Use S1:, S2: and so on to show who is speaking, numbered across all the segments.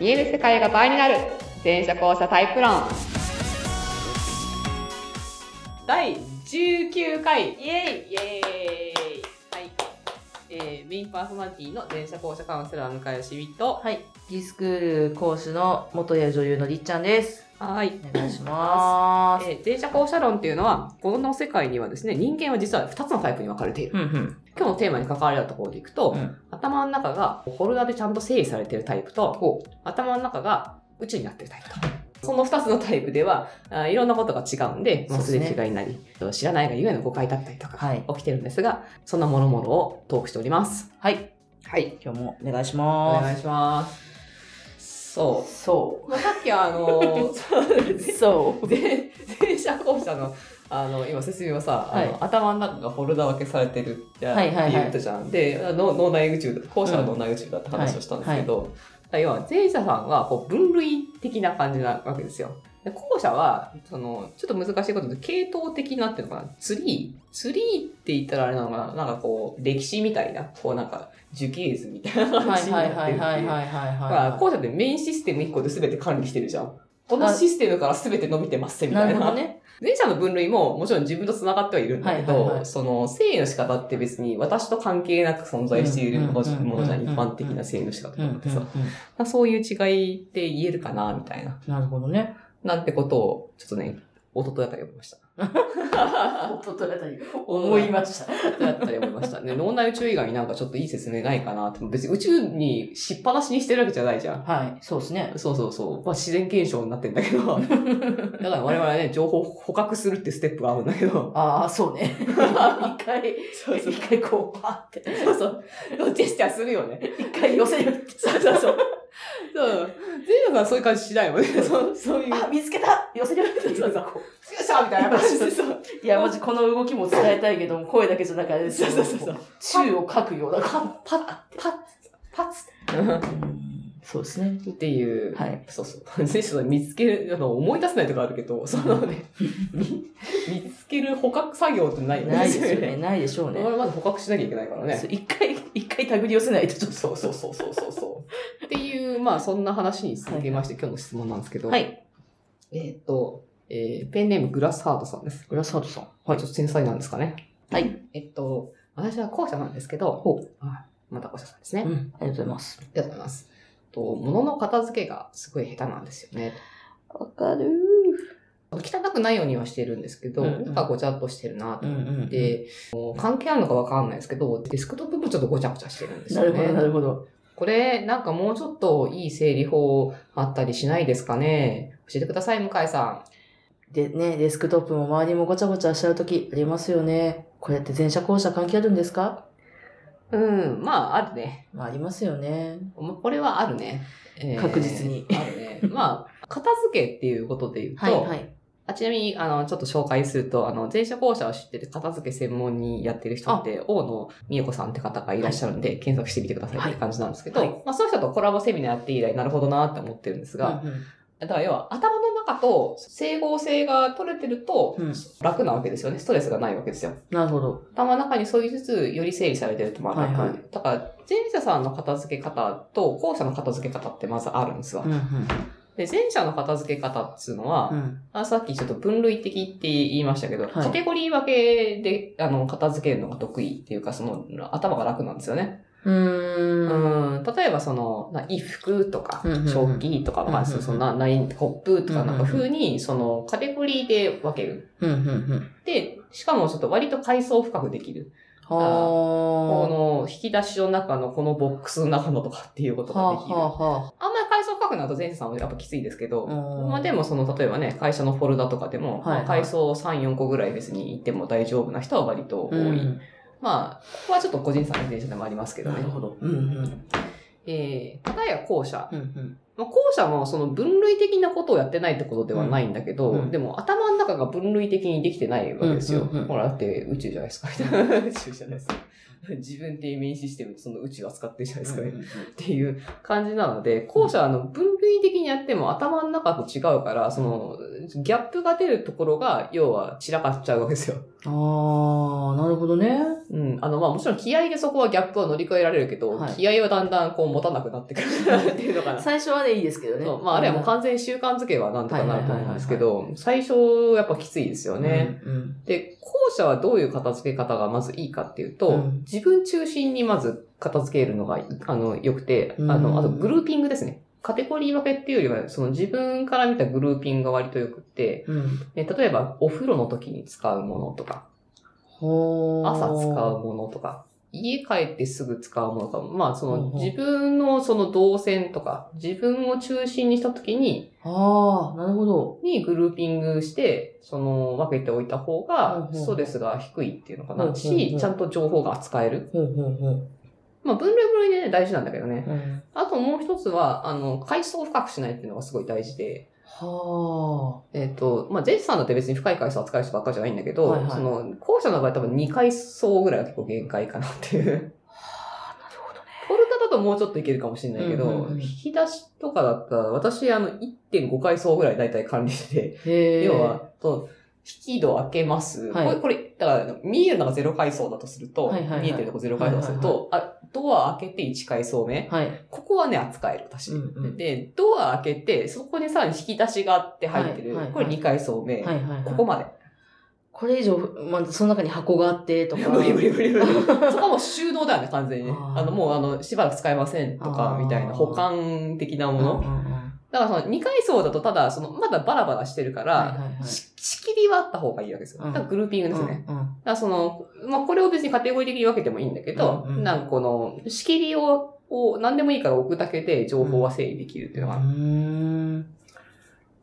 S1: 見える世界が倍になる全社交差タイプ論第19回イエイイエイはい、えー、メインパーソナリティの全社交差カウンセラー向井しみと
S2: はい。G スクール講師の元や女優のりっちゃんです。
S1: はい
S2: お願いします。
S1: えー、前者後者論っていうのは、この世界にはですね、人間は実は2つのタイプに分かれている。
S2: うんうん。
S1: 今日のテーマに関わりあるところでいくと、
S2: うん
S1: 頭の中がフォルダでちゃんと整理されているタイプと、頭の中が宇宙になっているタイプと。その2つのタイプでは、あいろんなことが違うんで、まあ
S2: そう
S1: す
S2: で
S1: れ
S2: すね
S1: 違いになり、知らないがゆえの誤解だったりとか
S2: はい。
S1: 起きてるんですが、そんなもろもろをトークしております。
S2: はい。
S1: はい。
S2: 今日もお願いし
S1: お
S2: ま
S1: 願いします。そ。
S2: す。そう
S1: まあ、さっきはあの、 そう
S2: う。そう。
S1: で前者後者のあの今説明はさ、あ
S2: はい
S1: の頭の中がフォルダ分けされてるって
S2: はいはいはい
S1: 言ったじゃん、での脳内宇宙だ後者は脳内宇宙だって話をしたんですけど、要は前者さんはこう分類的な感じなわけですよ。で後者はそのちょっと難しいことで系統的なっていうのかなツリーツリーって言ったらあれなのかななんかこう歴史みたいなこうなんか樹形図みたいな
S2: はい
S1: 話にな
S2: はい
S1: っ
S2: は
S1: てるっ
S2: い
S1: て
S2: はいはいいうはい
S1: まあ、
S2: は
S1: 後者ってメインシステム1個で全て管理してるじゃん。このシステムから全て伸びてますせ
S2: い。
S1: み
S2: な
S1: たい
S2: るほ
S1: な。
S2: ど ね。
S1: 前者の分類ももちろん自分と繋がってはいるんだけど、
S2: はいはいはい
S1: その整理の仕方って別に私と関係なく存在しているものじゃ
S2: うんうん
S1: ものじゃん
S2: うん
S1: 一般的な整理の仕方
S2: うんうん
S1: ってさ、まあそういう違いって言えるかな、みたいな。
S2: なるほどね。
S1: なんてことを、ちょっとね、一昨日あたり思いました。
S2: 思いました。
S1: 一昨日あたり 思いましたね。脳内宇宙以外になんかちょっといい説明ないかなって。別に宇宙にしっぱなしにしてるわけじゃないじゃん。
S2: はい。そうですね。
S1: そうそうそう。まあ、自然現象になってんだけ ど。だから我々はね、情報を捕獲するってステップがあるんだけど。
S2: ああ、そう ね。一回、
S1: そう
S2: 一回こう、パーって。
S1: そうそう。ジェスチャーするよね。
S2: 一回寄せるって。
S1: そうそうそう。そう。ゼロがそういう感じしないもんね。そうそういう。
S2: あ、見つけた寄せるって。
S1: そうそう
S2: こ
S1: よっしゃみたいな感じで。そう
S2: ういや、マジこの動きも伝えたいけども、声だけじゃなくて、
S1: そうそうそうそう。
S2: 宙を書くような、パッ、パッ、パッ、パッそうですね。
S1: っていう。
S2: はい。
S1: そうそう。選手の見つける、あの、思い出せないとかあるけど、その ね、見見つける捕獲作業ってないよね。
S2: ないですよ ね。。ないでしょう
S1: 我
S2: ね。
S1: 々まず捕獲しなきゃいけないからね。
S2: そう一回、一回手繰り寄せないとちょっと。
S1: そうそうそうそうそうそう。っていう、まあそんな話に続きまして、今日の質問なんですけど、
S2: はい。
S1: えーっ、と、えーペンネームグラスハートさんです。
S2: グラスハートさん。
S1: はい、ちょっと繊細なんですかね。
S2: はい。
S1: えっと、私は後者なんですけど、あまた後者さんですね。あ
S2: う
S1: り
S2: ん。ありがとうございます。
S1: がとうございます。と物の片付けがすごい下手なんですよね。
S2: わかる
S1: 汚くないようにはしてるんですけど、
S2: うんうん
S1: なんかごちゃっとしてるなと
S2: うん
S1: 思
S2: うんうん。
S1: っ、て、もう関係あるのかわかんないですけど、デスクトップもちょっとごちゃごちゃしてるんです
S2: な
S1: よ
S2: る
S1: ね。
S2: ほど、なるほど。
S1: これ、なんかもうちょっといい整理法あったりしないですかね教えてください、向井さ
S2: で、ね、デスクトップも周りもごちゃごちゃしちゃうときありますよね。これって前者後者関係あるんですか
S1: ん。うん、まあ、あるね。
S2: まあ、ありますよね。
S1: まこれはあるね。えー
S2: 確実に
S1: あるね。まあ、片付けっていうことで言うと、
S2: はい、はい。
S1: あちなみに、あの、ちょっと紹介すると、あの、前者後者を知ってて片付け専門にやってる人って、大野美恵子さんって方がいらっしゃるんで、検索してみてくださいって感じなんですけど、
S2: はい
S1: まあ、そういう人とコラボセミナーやって以来、なるほどなって思ってるんですが、
S2: うんうん
S1: だから要は頭の中と整合性が取れてると
S2: うん
S1: 楽なわけですよね。ストレスがないわけですよ。
S2: なるほど。
S1: 頭の中にそういうつつより整理されてるとまあ楽。
S2: はいは
S1: だから前者さんの片付け方と後者の片付け方ってまずあるんですわ。
S2: うん、うん。
S1: で、前者の片付け方っつうのは、
S2: うん。
S1: あさっきちょっと分類的って言いましたけど、
S2: い
S1: カテゴリー分けであの片付けるのが得意っていうか、その頭が楽なんですよね。
S2: う
S1: う
S2: ーん。
S1: ん例えばその、な衣服とか
S2: うんうんう、ん
S1: 食器とか、まあ、
S2: うんうんうん
S1: そんな、ナイン、コップとか、なん
S2: うんうんう
S1: か
S2: ん
S1: 風に、その、カテゴリーで分ける。
S2: うん、うん、うん。
S1: で、しかもちょっと割と階層深くできる。
S2: は
S1: こ
S2: あ。
S1: の、引き出しの中の、このボックスの中のとかっていうことが
S2: はあ
S1: できる。
S2: はあは
S1: あんまり階層深くなると前者さんはやっぱきついですけど、
S2: うん
S1: まあでもその、例えばね、会社のフォルダとかでも、
S2: はいはい
S1: まあ階層3、4個ぐらい別に行っても大丈夫な人は割と
S2: あ。
S1: 多い。まあ、ここはちょっと個人差の前者でもありますけどね。
S2: ど。うんうん。
S1: えー、片や後者。
S2: うんうん。
S1: まあ、後者もその分類的なことをやってないってことではないんだけど、
S2: うんうん
S1: でも頭の中が分類的にできてないわけですよ。
S2: うんうんうん
S1: ほら、だって宇宙じゃないですか、みたいな。宇宙じゃないですか。自分っていうメインシステム、その宇宙扱ってるじゃないですか、ねっていう感じなので、後者はあの分類的にやっても頭の中と違うから、そのギャップが出るところが、要は散らかっちゃうわけですよ。
S2: ああ、なるほどね。
S1: うん。あの、まあもちろん気合でそこはギャップは乗り越えられるけど、
S2: はい
S1: 気合はだんだんこう持たなくなってくるっていうの かな。
S2: 最初はね、いいですけどね
S1: そう。まああれはもう完全に習慣づけばなんとかなると思うんですけど、最初やっぱきついですよね。
S2: うん。うん。
S1: で、後者はどういう片付け方がまずいいかっていうと、
S2: うん
S1: 自分中心にまず片付けるのがいあの良くて、あ
S2: うん
S1: の、あとグルーピングですね。カテゴリー分けっていうよりは、その自分から見たグルーピングが割と良くて、
S2: うん。
S1: ね例えばお風呂の時に使うものとか、
S2: ほー
S1: 朝使うものとか、家帰ってすぐ使うものとか、まあそ
S2: ほう
S1: の
S2: ほう
S1: 自分のその動線とか、自分を中心にした時に、
S2: ああ、なるほど。
S1: にグルーピングして、その分けておいた方
S2: うん
S1: が
S2: う、んうん
S1: ストレスが低いっていうのか
S2: うんうんうん
S1: なし、ちゃんと情報が扱える。
S2: ほうほうほう。
S1: まあ分類分類でね、大事なんだけどね。
S2: うん、
S1: あともう一つは、あの、階層を深くしないっていうのがすごい大事で、
S2: は
S1: えっ、と、まあ、ジェイさんだって別に深い階層扱う人ばっかりじゃないんだけど、
S2: はいはい
S1: その、後者の場合多分2階層ぐらいが結構限界かなって いう。
S2: あ。なるほどね。
S1: フォルダだともうちょっといけるかもしれないけど、
S2: うんうんうん
S1: 引き出しとかだったら、私、あの、1.5階層ぐらい大体管理して、
S2: へえ。
S1: 要は、そう引き戸開けます。
S2: はい
S1: これ、これ、だから、見えるのが0階層だとすると、
S2: はいはいはい
S1: 見えてるとこ0階層だとすると、あ、ドア開けて1階層目。
S2: はい。
S1: ここはね、扱える、私。
S2: うんうん
S1: で、ドア開けて、そこにさらに引き出しがあって入ってる。
S2: はいはい
S1: これ2階層目。
S2: はいはいはい。
S1: ここまで。
S2: これ以上、まあ、その中に箱があっ てとか。
S1: 無理無理無理無理。 そこはもう収納だよね、完全にね。
S2: あー
S1: あの、もうあの、しばらく使えませんとか
S2: あ、ー
S1: みたいな保管的な
S2: う
S1: も
S2: んうんうん。
S1: の。だからその2階層だとただ、その、まだバラバラしてるから、
S2: はいはいはい
S1: し仕切りはあった方がいいわけですよ。
S2: うん
S1: だからグルーピングですよね。だ
S2: うんうん
S1: からその、まあ、これを別にカテゴリー的に分けてもいいんだけど、
S2: うんうん
S1: なんかこの、仕切りを、を何でもいいから置くだけで情報は整理できるっていうのが、
S2: うーん。
S1: だか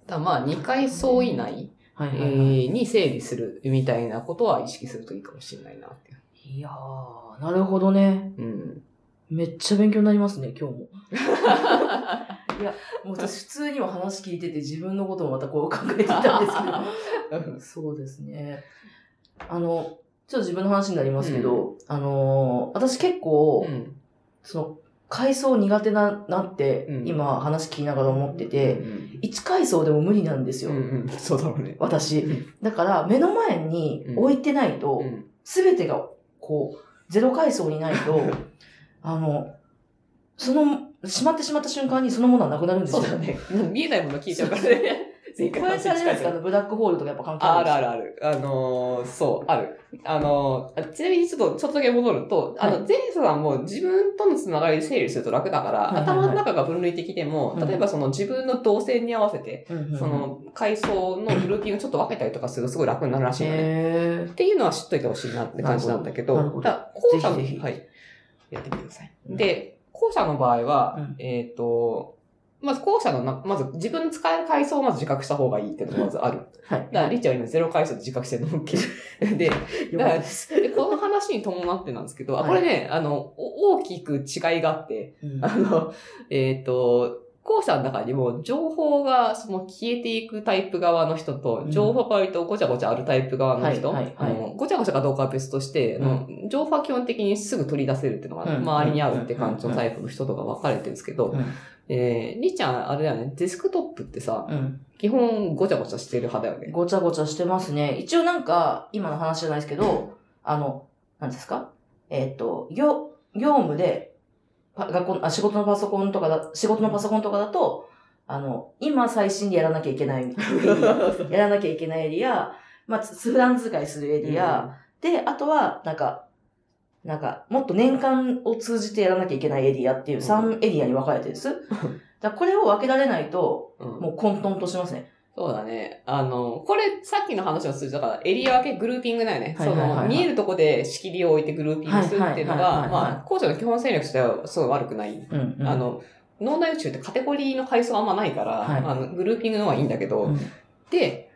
S1: らまあ2階層以内
S2: はい
S1: え
S2: はいはい。
S1: ーに整理するみたいなことは意識するといいかもしれないなっていう。
S2: いやー、なるほどね。
S1: うん。
S2: めっちゃ勉強になりますね、今 日も。もう私普通にも話聞いてて自分のこともまたこう考えてたんですけ ど。そうですね。あの、ちょっと自分の話になりますけど、あのー、私結構、
S1: うん
S2: その、階層苦手な、なって、
S1: うん
S2: 今話聞きながら思って
S1: う
S2: て、
S1: ん
S2: 1階層でも無理なんですよ。
S1: うんうんそうだろうね。
S2: 私
S1: うん。
S2: だから、目の前に置いてないと、すべてが、こう、ゼロ階層にない と、あの、その、しまってしまった瞬間にそのものはなくなるんで す
S1: そ
S2: よ。
S1: うだね。見えないもの聞いちゃうからね。 前
S2: これってあれじゃないですか、あのブラックホールとかやっぱ関係
S1: あ
S2: あ
S1: あ
S2: る
S1: る
S2: し
S1: あるある。あのーそう、ある。あのーあちなみにちょっと、ちょっとだけ戻ると、あ
S2: は
S1: の、前者さんも自分とのつながりで整理すると楽だから、
S2: いはいはい
S1: 頭の中が分類的でも、
S2: うん
S1: 例えばその自分の動線に合わせて、
S2: うんうんうん
S1: その階層のグルーピングをちょっと分けたりとかするとすごい楽になるらしいのね。
S2: へ
S1: っていうのは知っといてほしいなって感じなんだけど、
S2: なるほど
S1: ただ後者の、
S2: ぜひぜひ
S1: はい、やってみてください。
S2: うん
S1: で、後者の場合は、
S2: うん
S1: えっ、と、まず後者のな、まず自分の使える階層をまず自覚した方がいいっていうのがまずある。
S2: ーはい。
S1: だから、りっちゃんは今ゼロ階層で自覚してるの OK。で、
S2: よかったです。
S1: でこの話に伴ってなんですけど、あ
S2: はい
S1: これね、あの、お大きく違いがあって、
S2: うん
S1: あの、えっ、と、後者の中にも情報がその消えていくタイプ側の人と
S2: う、ん
S1: 情報が割とごちゃごちゃあるタイプ側の人、
S2: はいはい
S1: あのごちゃごちゃかどうかは別として、
S2: うん
S1: あの情報は基本的にすぐ取り出せるっていうのが、
S2: うん
S1: 周りに合うって感じのタイプの人とか分かれてるんですけど、えー、りっちゃんあれだよね、デスクトップってさ、
S2: うん
S1: 基本ごちゃごちゃしてる派だよね。
S2: ごちゃごちゃしてますね。一応なんか、今の話じゃないですけど、あの、何ですかえっ、と、業、業務で、パ学校のあ、仕事のパソコンとかだ、仕事のパソコンとかだと、あの、今最新でやらなきゃいけないエ リア、やらなきゃいけないエリア、まあ、つ普段使いするエリア、で、あとは、なんか、なんか、もっと年間を通じてやらなきゃいけないエリアっていう3エリアに分かれてるん です。だからこれを分けられないと、
S1: うん、うん
S2: もう混沌としますね。
S1: そうだね。あの、これ、さっきの話の数字だから、エリア分けグルーピングだよね。
S2: はい
S1: そ
S2: はいはいは
S1: の、
S2: い
S1: 見えるとこで仕切りを置いてグルーピングするっていうの
S2: はいはいはいは
S1: が、
S2: い
S1: まあ、後者の基本戦略としては、すごい悪くない。
S2: うん、うん。
S1: あ、の、脳内宇宙ってカテゴリーの階層あんまないから、
S2: はい
S1: あのグルーピングの方がいいんだけど、
S2: うん、
S1: で、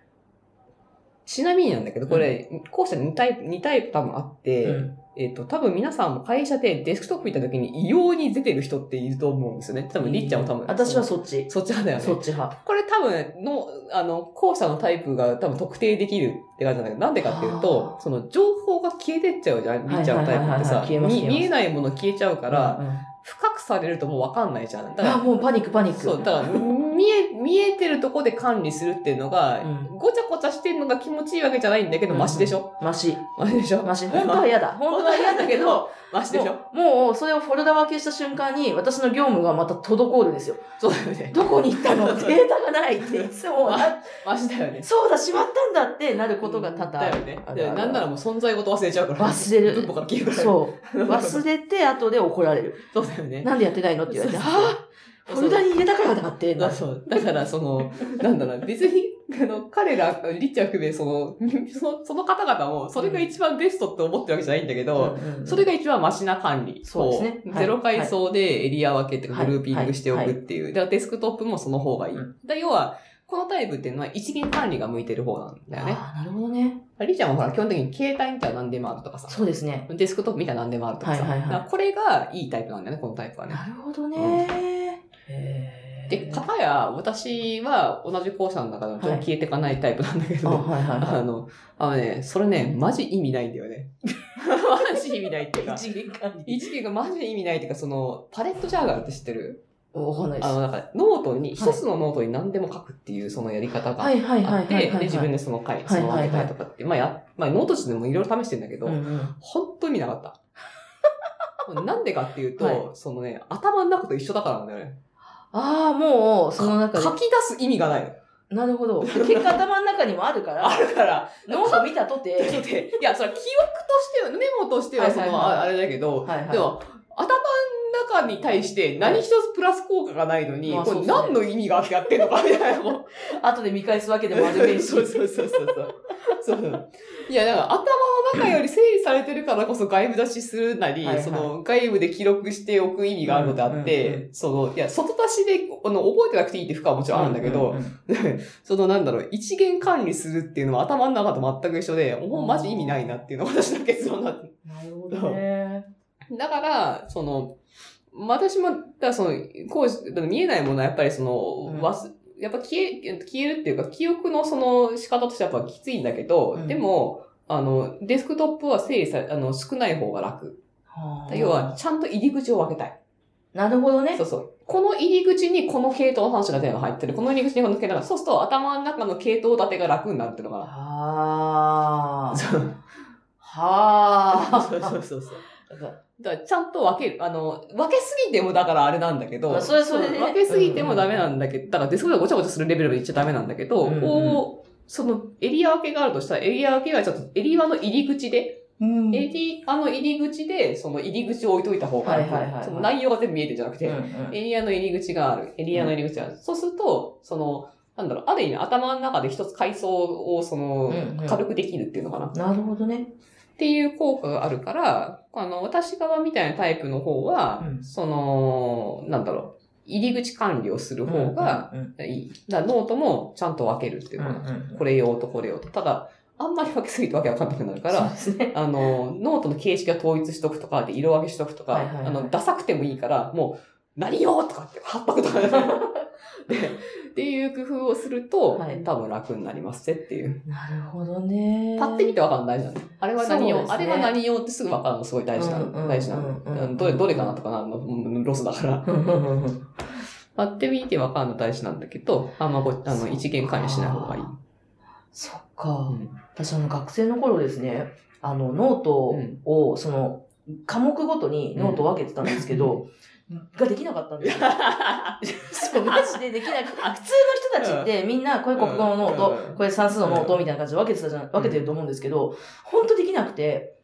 S1: ちなみになんだけど、これ、後者2タイプ、2タイプ多分あって、
S2: うん
S1: えっ、と、多分皆さんも会社でデスクトップ見た時に異様に出てる人っていると思うんですよね。多分、りっちゃんも多分。
S2: 私はそっち。
S1: そっち派だよね。
S2: そっち派。
S1: これ多分の、あの、後者のタイプが多分特定できるって感じなんだけど、なんでかっていう
S2: は
S1: と、その情報が消えてっちゃうじゃん、見ちゃうタイプって
S2: はいはいはいはい
S1: さ、
S2: 消えます
S1: 見
S2: 消えます
S1: 見えないもの消えちゃうか、
S2: から
S1: 深くされるともうわかんないじゃん。だ
S2: あ、
S1: か
S2: もうパニックパニ
S1: ら、
S2: ック。
S1: そう、だから、見え、見えてるとこで管理するっていうのが、
S2: うん
S1: ごちゃごちゃしてるのが気持ちいいわけじゃないんだけど、
S2: うん
S1: マシでしょ
S2: マシ。
S1: マシでしょ
S2: マシ。本当は嫌だ。本当は嫌だけど、
S1: マシでしょ
S2: もうもうそれをフォルダ分けした瞬間に、私の業務がまた滞るんですよ。
S1: そうだよね。
S2: どこに行 ったのデータがないっていつも、あ
S1: マシだよね。
S2: そうだ、しまったんだってなることが多々
S1: だ
S2: あ
S1: よ
S2: る。
S1: ね
S2: あ。
S1: で
S2: あ
S1: なんならもう存在ごと忘れちゃうから。
S2: 忘れる
S1: 文法から消えるから。う。
S2: そう。忘れて、後で怒られる。
S1: そうだよね。
S2: なんでやってないのって言われて、あ
S1: そうそう
S2: あフォルダに入れたからだってな
S1: だ
S2: る。
S1: そう。だから、その、なんだろうな、別に、あの、彼ら、リッチャー含め、その、そのその方々も、それが一番ベストって思ってるわけじゃないんだけど、
S2: うんうん
S1: それが一番マシな管理。
S2: そうですね
S1: こ
S2: はい
S1: ゼロ階層でエリア分けっていうか、
S2: はい
S1: グルーピングしておくっていう。だからデスクトップもその方がいい。
S2: うん
S1: だ要は、このタイプっていうのは一元管理が向いてる方なんだよね。
S2: ああ、なるほどね。
S1: リッチャーもほら、基本的に携帯みたいな何でもあるとかさ。
S2: そうですね。
S1: デスクトップみたいな何でもあるとかさ。
S2: はいはいはい
S1: だからこれがいいタイプなんだよね、このタイプはね。
S2: なるほどね。
S1: うん
S2: へー
S1: で、かたや私は同じ校舎の中でもちょっと消えていかないタイプなんだけ
S2: あ、
S1: ど、
S2: はいはい
S1: あ
S2: は
S1: の、あのね、それね、マジ意味ないんだよ ね。マジ意味ないっていう
S2: い。
S1: か。
S2: 一元管理。
S1: 一元がマジで意味ないっていうか、その、パレットジャーガーって知ってる
S2: わかんないで
S1: あ
S2: す。
S1: の、なんか、ノートに、
S2: はい
S1: 一つのノートに何でも書くっていう、そのやり方があ
S2: は
S1: って、
S2: いはいはいはいはいはい。
S1: で、自分でその書いその分けたりとかって、まあや、まあ、ノート紙でもいろいろ試してんだけど、
S2: うんうん
S1: 本当になかった。 なんでかっていうと、
S2: はい
S1: そのね、頭の中と一緒だからなんだよね。
S2: ああ、もう、その中
S1: 書
S2: で。
S1: き出す意味がないの。
S2: なるほど。結果頭の中にもあるから
S1: あ、るから、
S2: ノート見たとて、
S1: で、いや、それは記憶としては、メモとしては、その、
S2: はいはいはい
S1: ああれだけど、
S2: はいはい
S1: でも、頭の中に対して何一つプラス効果がないのに、
S2: まあ
S1: これ
S2: そうそう
S1: 何の意味があってやってんのかみたいなもん。
S2: 後で見返すわけでもあるべし。
S1: そうそうそうそうそう。そういや、だから頭の中より整理されてるからこそ外部出しするなり、
S2: はいはい
S1: その外部で記録しておく意味があるのであって、
S2: うんうんう
S1: その、いや、外出しであの覚えてなくていいって負荷はもちろんあるんだけど、
S2: うう
S1: そのなんだろう、一元管理するっていうのは頭の中と全く一緒で、もうマジ意味ないなっていうのが私の結論なんだ。
S2: なるほどね。
S1: だから、その、私も、だからその、こう、見えないものはやっぱりその、
S2: うん
S1: わすやっぱ消え、消えるっていうか、記憶のその仕方としてはやっぱきついんだけど、
S2: うん
S1: でも、あの、デスクトップは整理され、あの、少ない方が楽。
S2: はあ
S1: 要は、、ちゃんと入り口を分けたい。
S2: なるほどね
S1: そう。そう。この入り口にこの系統の話が全部入ってる。この入り口にこの系統が、そうすると頭の中の系統立てが楽になるっていうのが、
S2: は あ。
S1: そう
S2: は
S1: そうそう
S2: あ。
S1: そうそう。
S2: だから
S1: だからちゃんと分ける。あの、分けすぎてもだからあれなんだけ
S2: ま
S1: ど。
S2: あそれはそれでね
S1: 分けすぎてもダメなんだけど、だからデスクがごちゃごちゃするレベルでいっちゃダメなんだけど、
S2: うんうん
S1: こう、そのエリア分けがあるとしたら、エリア分けがちょっとエリアの入り口で、
S2: うん
S1: エリアの入り口で、その入り口を置いといた方が、
S2: はいはいはいはい
S1: その内容が全部見えてるんじゃなくて、
S2: うんうん
S1: エリアの入り口がある。エリアの入り口がある。そうすると、その、なんだろう、ある意味頭の中で一つ階層を、その、
S2: うんうん
S1: 軽くできるっていうのかな。
S2: なるほどね。
S1: っていう効果があるから、あの、私側みたいなタイプの方は、
S2: うん
S1: その、なんだろう、入り口管理をする方が
S2: うんうん
S1: いい。だからノートもちゃんと分けるっていう
S2: うん、
S1: の
S2: う
S1: は、
S2: んうん。
S1: これ用とこれ用と。ただ、あんまり分けすぎてわけわかんなくなるか
S2: そう
S1: ら、
S2: ですね。
S1: あの、ノートの形式は統一しとくとか、で色分けしとくとか、
S2: はいはいはい
S1: あの、ダサくてもいいから、もう、何用とかって、八白とか ねで、っていう工夫をすると、
S2: はい
S1: 多分楽になりますねっていう。
S2: なるほどね。
S1: パッて見てわかるの大事なの。あれは何用、
S2: そうですね
S1: あれは何用ってすぐわかるのすごい大事なの。
S2: うんうんうん
S1: 大事なの、
S2: うんうん
S1: どれ、どれかなとかな、うんロスだ から。
S2: うんうんうんうん
S1: パッて見てわかるの大事なんだけど、あんまこあ
S2: そ
S1: の、
S2: う
S1: 一元管理しない方がいい。
S2: そっか。私あの学生の頃ですね、あのノートを、その科目ごとにノートを分けてたんですけど、ができなかった んですよ。そうマジでできなくて、普通の人たちってみんなこれ国語のノート、
S1: うん
S2: これ算数のノートみたいな感じで分けてたじゃん、分けてると思うんですけど、ほんとできなくて、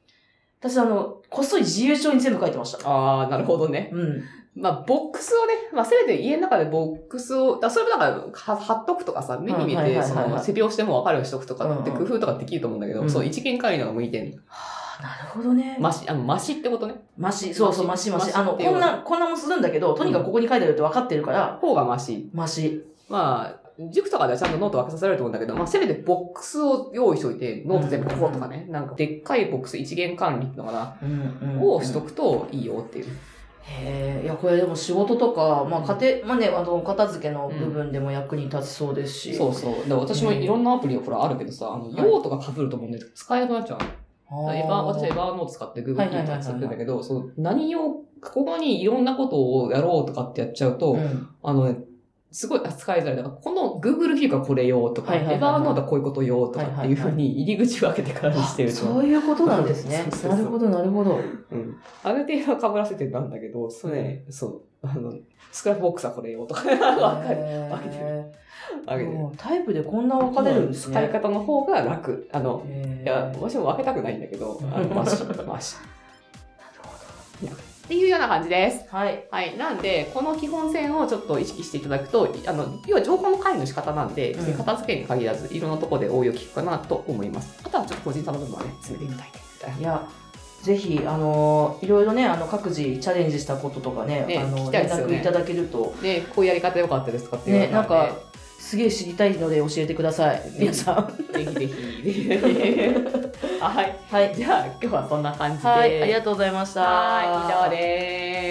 S2: 私あの、こっそり自由帳に全部書いてました。
S1: ああ、なるほどね。
S2: うん。
S1: まあ、ボックスをね、まあ、せめて家の中でボックスを、だそれもなんか、は貼っとくとかさ、目に見
S2: うんはいはい
S1: て、
S2: はい
S1: その、背表してもわかるようにしとくとかって
S2: うん
S1: 工
S2: うん
S1: 夫とかできると思うんだけど、
S2: うん
S1: そう、一元管理の方が向いてんの。
S2: はあ、なるほどね。
S1: マシ、あの、マシってことね。
S2: マシ、そうそう、
S1: マ
S2: マ
S1: シ
S2: シマシ。あ
S1: マ
S2: の、
S1: シっていう
S2: こんな、こんなもんするんだけど、とにかくここに書いてあるって分かってるから、
S1: 方がマシ。
S2: マシ。
S1: まあ、塾とかではちゃんとノート分けさせられると思うんだけど、まあ、せめてボックスを用意しといて、ノート全部こことかね、なんか、でっかいボックス一元管理ってのかな、
S2: うんうん
S1: をしとくといいよっていう。
S2: へえ、いや、これでも仕事とか、まあ家庭、まあね、あの、片付けの部分でも役に立ちそうですし。
S1: そうそう。で、私もいろんなアプリがほらあるけどさ、あの、
S2: はい
S1: 用途が被ると思うんで、使えなくなっちゃうの。
S2: あ
S1: だから
S2: ー
S1: エヴァ私はエヴァーノート使って Google
S2: はい
S1: キ
S2: はいはいはい
S1: ー使ってるんだけど、その、何を、ここにいろんなことをやろうとかってやっちゃうと、
S2: うん
S1: あのね、すごい扱いづらい。だから、この Google フィークはこれ用とか、
S2: はいはいはいはい
S1: Evernote はこういうこと用とかっていうふうに入り口を開けてからにしてると。
S2: そういうことなんですね
S1: そう。そうそ
S2: な
S1: う
S2: るほど、なるほど。
S1: うん。ある程度は被らせてなんだけど、そうね、そう。あの、スクラップボックスはこれ用とか、わかる。
S2: へ
S1: 分けて
S2: ー
S1: あげてる。
S2: もうタイプでこんな分かれるんですね。
S1: 使い方の方が楽。あの、
S2: へー
S1: いや、私も分けたくないんだけど、あ の、マシ、マシ。っていうような感じです。
S2: はい。
S1: はい。なんで、この基本線をちょっと意識していただくと、いあの、要は情報の管理の仕方なんで、別に片付けに限らず、いろんなところで応用効くかなと思います。あとはちょっと個人差の部分はね、詰めていただいて。
S2: いや、ぜひ、あの、いろいろね、あの、各自チャレンジしたこととかね、
S1: ね
S2: あ
S1: 聞
S2: の、
S1: きたい
S2: 連
S1: ですよね
S2: 絡いただけると、
S1: で、こういうやり方良かったですかっていう
S2: ね、
S1: の
S2: なん
S1: がある
S2: か、すげえ知りたいので教えてください。皆さん。
S1: で、ぜひぜひ、ぜひ ぜひ。はい。
S2: はい。
S1: じゃあ、今日はそんな感じで。
S2: はい、ありがとうございました。
S1: はい以上です。